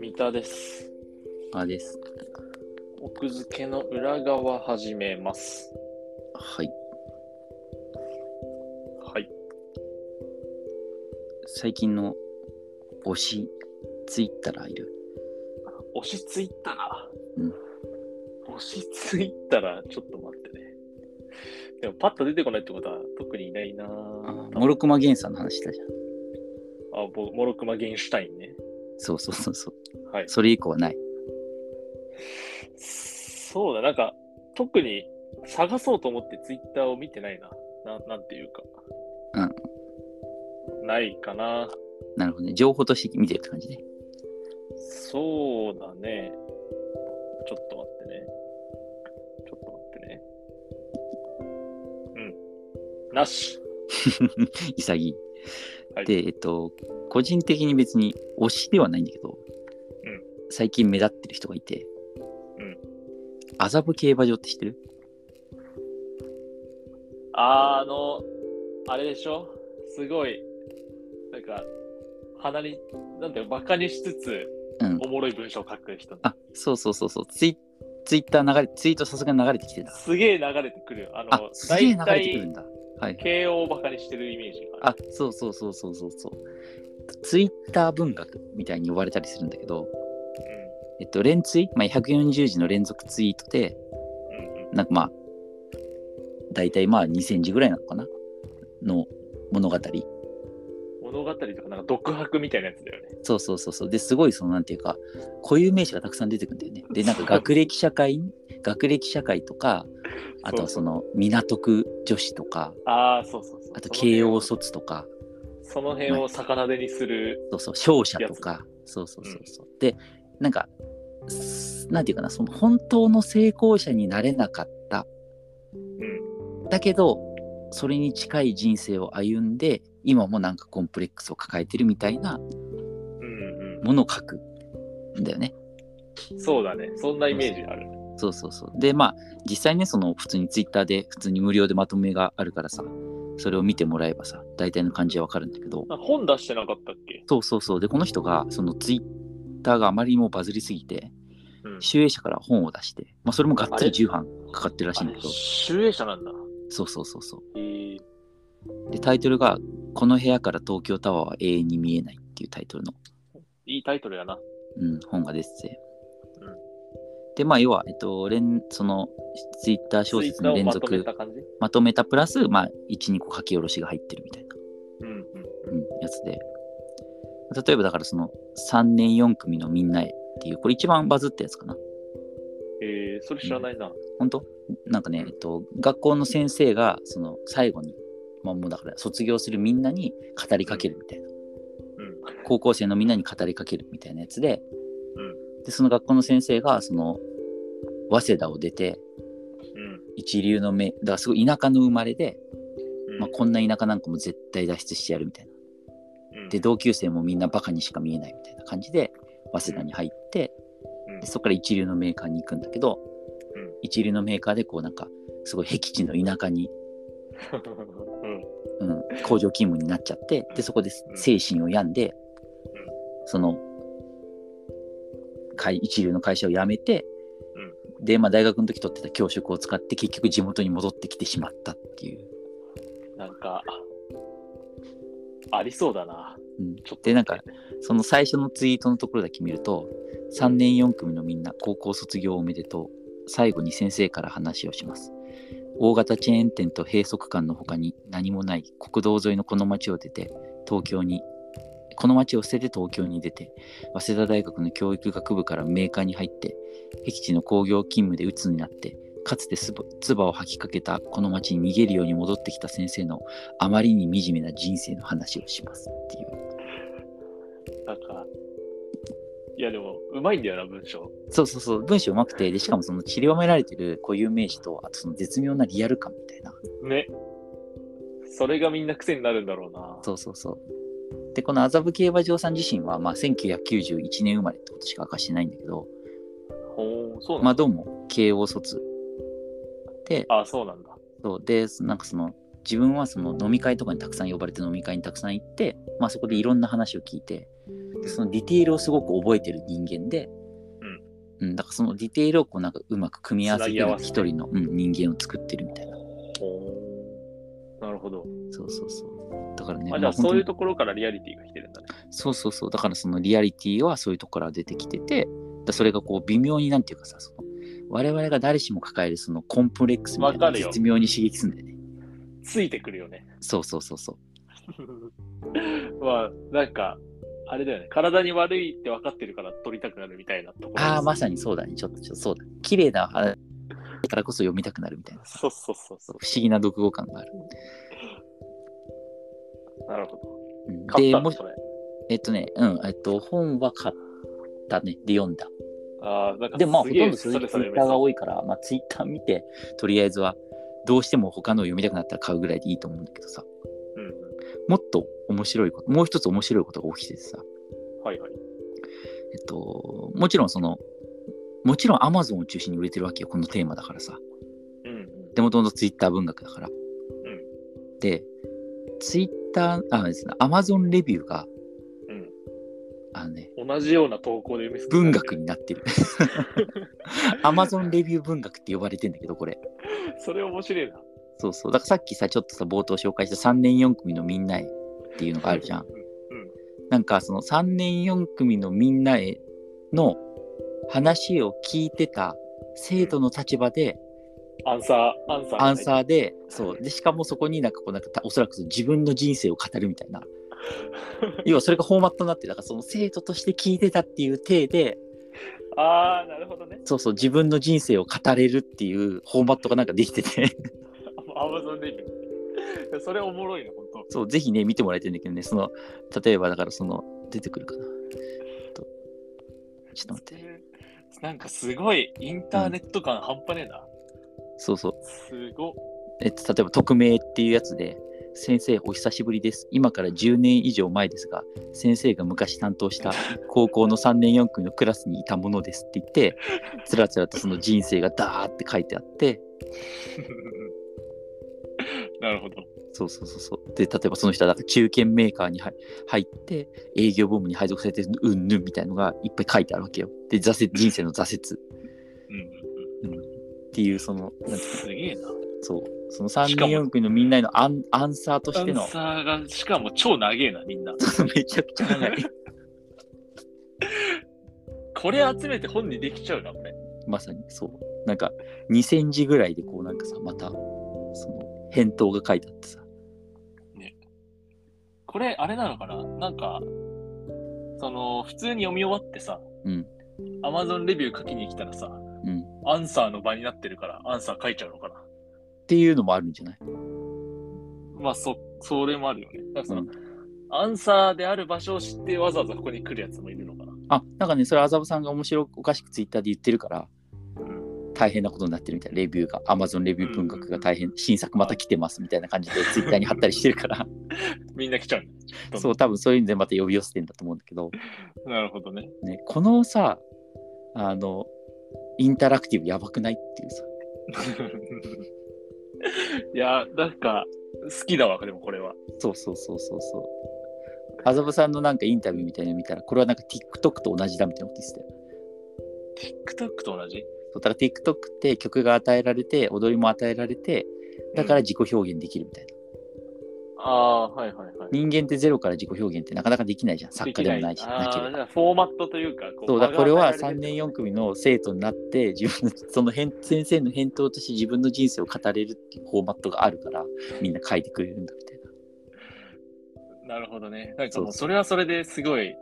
三田です。あです。奥付けの裏側始めます。はい。はい。最近の推し、ツイッターいる。押しついたら。うん押しついたら、ちょっと待ってね。でも、パッと出てこないってことは、特にいないなあぁモロクマゲンさんの話したじゃん。あ、ぼモロクマ・ゲインシュタインね。そうそうそうそう。はい。それ以降はない。そうだ、なんか、特に探そうと思ってツイッターを見てないな。ななんていうか。ないかな。なるほどね。情報として見てるって感じで。そうだね。ちょっと待ってね。ちょっと待ってね。うん。なし。潔い。はいで、えっと、個人的に別に推しではないんだけど、うん最近目立ってる人がいて、うん麻布競馬場って知ってるあの、あれでしょすごい、なんか、鼻に、なんていうの、バカにしつつ、うんお。もろい文章を書く人。あ、そうそうそうそう。ツイツイッター流れ、ツイートさすがに流れてきてた。すげえ流れてくるよ。あの、あ、すげえ流れてくる大んだ。は体。い慶応をバカにしてるイメージがある。あそうそうそうそうそうそうツイッター文学みたいに呼ばれたりするんだけど、えっと、連ツイ、まあ、140字の連続ツイートでうん。うんうん。なんかまあ大体まあ2000字ぐらいなのかなの物語物語とか、なんか、独白みたいなやつだよね。そうそうそうそうですごいそのなんていうか固有名詞がたくさん出てくるんだよねでな んか学歴社会学歴社会とかあとはその港区女子とかああ、そうそうそう。あとその辺慶応卒とかその辺を逆なでにする。そうそう、勝者とか、そうそうそうそう。で、なんか、すなんていうかな、その本当の成功者になれなかった。うん。だけど、それに近い人生を歩んで、今もなんかコンプレックスを抱えてるみたいなうんものを書くんだよね。うん。そうだね。そんなイメージある。そうそうそう。で、まあ、実際ね、その普通にツイッターで、普通に無料でまとめがあるからさ、それを見てもらえばさ、大体の感じはわかるんだけど、あ本出してなかったっけそうそうそう。で、この人が、そのツイッターがあまりにもバズりすぎて、うん集英社から本を出して、まあ、それもがっつり重版かかってるらしいんだけど、集英社なんだ。そうそうそうそえー、う。で、タイトルが、この部屋から東京タワーは永遠に見えないっていうタイトルの、いいタイトルやな。うん、本が出ててうん。で、まあ、要は、えっと、連、その、ツイッター小説の連続ツイッまタとーをまとめた感じめたプラス、まあ、1、2個書き下ろしが入ってるみたいな、うんうん。うん、やつで。例えば、だからその、3年4組のみんなへっていう、これ一番バズったやつかな。えー、それ知らないな。本当なんかね、えっと、学校の先生がその最後に、まあ、もうだから卒業するみんなに語りかけるみたいな、うん。高校生のみんなに語りかけるみたいなやつで,、うでその学校の先生がその早稲田を出てうん。一流の目だからすごい田舎の生まれで、うんまあ、こんな田舎なんかも絶対脱出してやるみたいなうんで同級生もみんなバカにしか見えないみたいな感じで早稲田に入って、うんでそこから一流のメーカーに行くんだけど、うん一流のメーカーでこうなんかすごい僻地の田舎にうん。うん、工場勤務になっちゃってうんでそこでうん精神を病んうで、んその会一流の会社を辞めて、うんで、まあ、大学の時取ってた教職を使って結局地元に戻ってきてしまったっていう、なん か、ありそうだな。うんちょっとでなんかその最初のツイートのところだけ見ると3年4組のみんな高校卒業おめでとう最後に先生から話をします大型チェーン店と閉塞感の他に何もない国道沿いのこの町を出て東京にこの町を捨てて東京に出て早稲田大学の教育学部からメーカーに入って僻地の工業勤務で鬱になってかつてすば唾を吐きかけたこの町に逃げるように戻ってきた先生のあまりに惨めな人生の話をしますっていうなんか、いやでも、うまいんだよな、文章。そうそうそう、文章うまくて、で、しかもその散りばめられてる固有名詞と、あとその絶妙なリアル感みたいな。ね。それがみんな癖になるんだろうな。そうそうそう。で、この麻布競馬場さん自身は、まあ、1991年生まれってことしか明かしてないんだけど、ほう、そうなんだ。まあ、どうも、慶応卒。で、あ、そうなんだ。そうで、なんかその、自分はその飲み会とかにたくさん呼ばれて飲み会にたくさん行って、まあ、そこでいろんな話を聞いてでそのディテールをすごく覚えてる人間で、うんだからそのディテールをこうなんかうまく組み合わせてつなぎ合わせて一人の、うん、人間を作ってるみたいなほーなるほど。そうそうそうだからねあじゃまああそういうところからリアリティが来てるんだね。そうそうそうだからそのリアリティはそういうところから出てきててだそれがこう微妙になんていうかさその我々が誰しも抱えるそのコンプレックスみたいなわのかるをよ絶妙に刺激するんだよねついてくるよね。 そうそうそうそうまあなんかあれだよね体に悪いって分かってるから取りたくなるみたいなところですああまさにそうだねちょっとちょっとそうだ綺麗な花だからこそ読みたくなるみたいなそうそうそうそそう不思議な読語感がある、うなるほどうん買っでたものしそれえっとねうんえっと本は買ったねで読んだああなんかでもまあすほげとえんどそれツイそれッターが多いから、まあ、ツイッター見てとりあえずはどうしても他のを読みたくなったら買うぐらいでいいと思うんだけどさうんうもっと面白いこともう一つ面白いことが起きててさんはいはいえっともちろんそのもちろん Amazon を中心に売れてるわけよこのテーマだからさうんうんでもともとツイッター文学だから。で、ツイッター、あ、ですね、アマゾンレビューが、あのね、うん同じような投稿で見せ文学になってる。 アマゾンレビュー文学って呼ばれてんだけど、これ。それ面白いなそうそう。だからさっきさ、ちょっとさ、冒頭紹介した3年4組のみんなへっていうのがあるじゃんう。うんなんか、その3年4組のみんなへの話を聞いてた生徒の立場で、アンサーアンサーアンサーで、そう。で、しかもそこになんかこう、なんかた、おそらくその自分の人生を語るみたいな。要はそれがフォーマットになって、だからその生徒として聞いてたっていう体で、ーああなるほどねそうそう、自分の人生を語れるっていうフォーマットがなんかできてて、 アマゾンレビューそれおもろいな本当そう、ぜひね、見てもらいたいんだけどね、その、例えばだからその、出てくるかな。とちょっと待って。なんかすごいインターネット感半端ねえな、そうそう。すご っえっと、例えば匿名っていうやつで、先生お久しぶりです。今から10年以上前ですが、先生が昔担当した高校の3年4組のクラスにいたものですって言って、つらつらとその人生がダーって書いてあって、なるほど。そうそうそうそう。で、例えばその人はなんか中堅メーカーに入入って、営業部門に配属されてうんぬんみたいのがいっぱい書いてあるわけよ。で、挫折、人生の挫折っていう、その、なんていうのすげえな。そう、その3し人かも4組のみんなへのアンアンサーとアしてンの、サーが、しかも超長えな、みんな。 めちゃくちゃ長い。これ集めて本にできちゃうな、これ。まさにそう。なんか2000字ぐらいでこうなんかさ、またその返答が書いてあってさ。これ、あれなのかななんか、その、普通に読み終わってさ、うん。 Amazon レビュー書きに来たらさ、うん。っアンサーの場になってるから、アンサー書いちゃうのかなていうのもあるんじゃないまあ、そ、それもあるよね。だからその、うんアンサーである場所を知ってわざわざここに来るやつもいるのかなあ、なんかね、それ麻布さんが面白おかしくツイッターで言ってるから、うん。大変なことになってるみたいな、レビューが、Amazon レビュー文学が大変、新作また来てますみたいな感じでツイッターに貼ったりしてる から、みんな来ちゃうね。どんそう、多分そういうのでまた呼び寄せてんだと思うんだけど、なるほどね。 ね、このさ、あの、インタラクティブやばくないっていうさ、いや、なんか、好きだわ、でもこれは。そうそうそうそうそう。麻布さんのなんかインタビューみたいなの見たら、これはなんか TikTok と同じだみたいなこと言ってたよ。 TikTok と同じそうだから TikTok って曲が与えられて、踊りも与えられて、だから自己表現できるみたいな。ああ、はいはいはい。人間ってゼロから自己表現ってなかなかできないじゃん。作家でもないし、できないなけあれーば。じゃあフォーマットというか、こそうだからこれは3年4四組の生徒になって自分のその返先生の返答として自分の人生を語れるっていうフォーマットがあるからみんな書いてくれるんだみたいななるほどね。なんかそもうう、それはそれですごい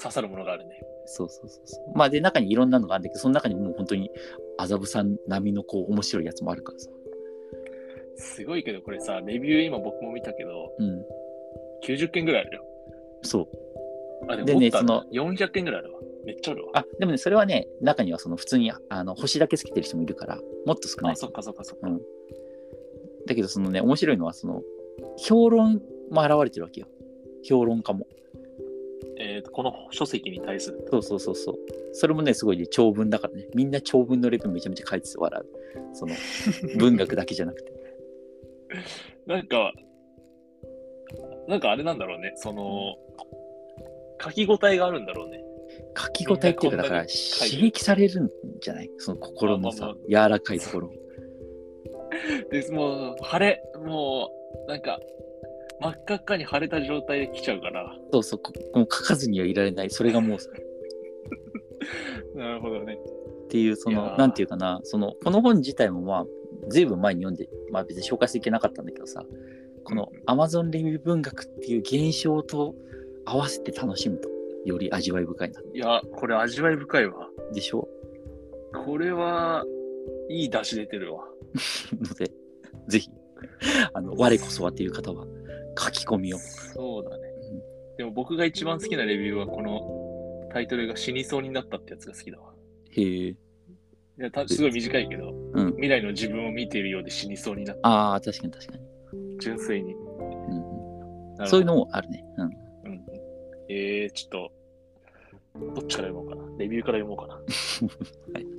刺さるものがあるね。そうそうそうそうまあで中にいろんなのがあるんだけどその中にもう本当に麻布さん並みのこう面白いやつもあるからさすごいけど、これさ、レビュー今僕も見たけど、うん90件ぐらいあるよ。そうあ、ででもねもっとあるなそ400件ぐらいあるわ。めっちゃあるわ。あでもねそれはね中にはその普通にあの星だけつけてる人もいるからもっと少ないあ、そっかそっかそっうか。んだけどそのね面白いのはその評論も現れてるわけよ評論家もえっ、と、この書籍に対する。そうそうそうそう。それもね、すごいね、長文だからね。みんな長 文のレビューめちゃめちゃ書いてて笑う。その、文学だけじゃなくて。なんか、なんかあれなんだろうね、その、書き応えがあるんだろうね。書き応えっていうか、だからみんなこんなに書いて刺る激されるんじゃないその心のまあさま、柔らかいところ。で、もう、晴れ、もう、なんか、真っ赤っかに晴れた状態で来ちゃうから。そうそう、こもう書かずにはいられない。それがもうさ、なるほどね。っていう、そいやの、ーなんていうかな、その、この本自体もまあ、随分前に読んで、まあ別に紹介していけなかったんだけどさ、この Amazon レビュー文学っていう現象と合わせて楽しむと、より味わい深いな。いや、これ味わい深いわ。でしょ これは、いい出汁出てるわ。ので、ぜひ、あの、我こそはという方は、書き込みを。そうだね。でも僕が一番好きなレビューは、このタイトルが死にそうになったってやつが好きだわ。へえ。いやたすごい短いけど、うん未来の自分を見ているようで死にそうになった。ああ、確かに確かに。純粋に。うんなるほどそういうのもあるね。うん。うんえー、ちょっと、どっちから読もうかな。レビューから読もうかな。はい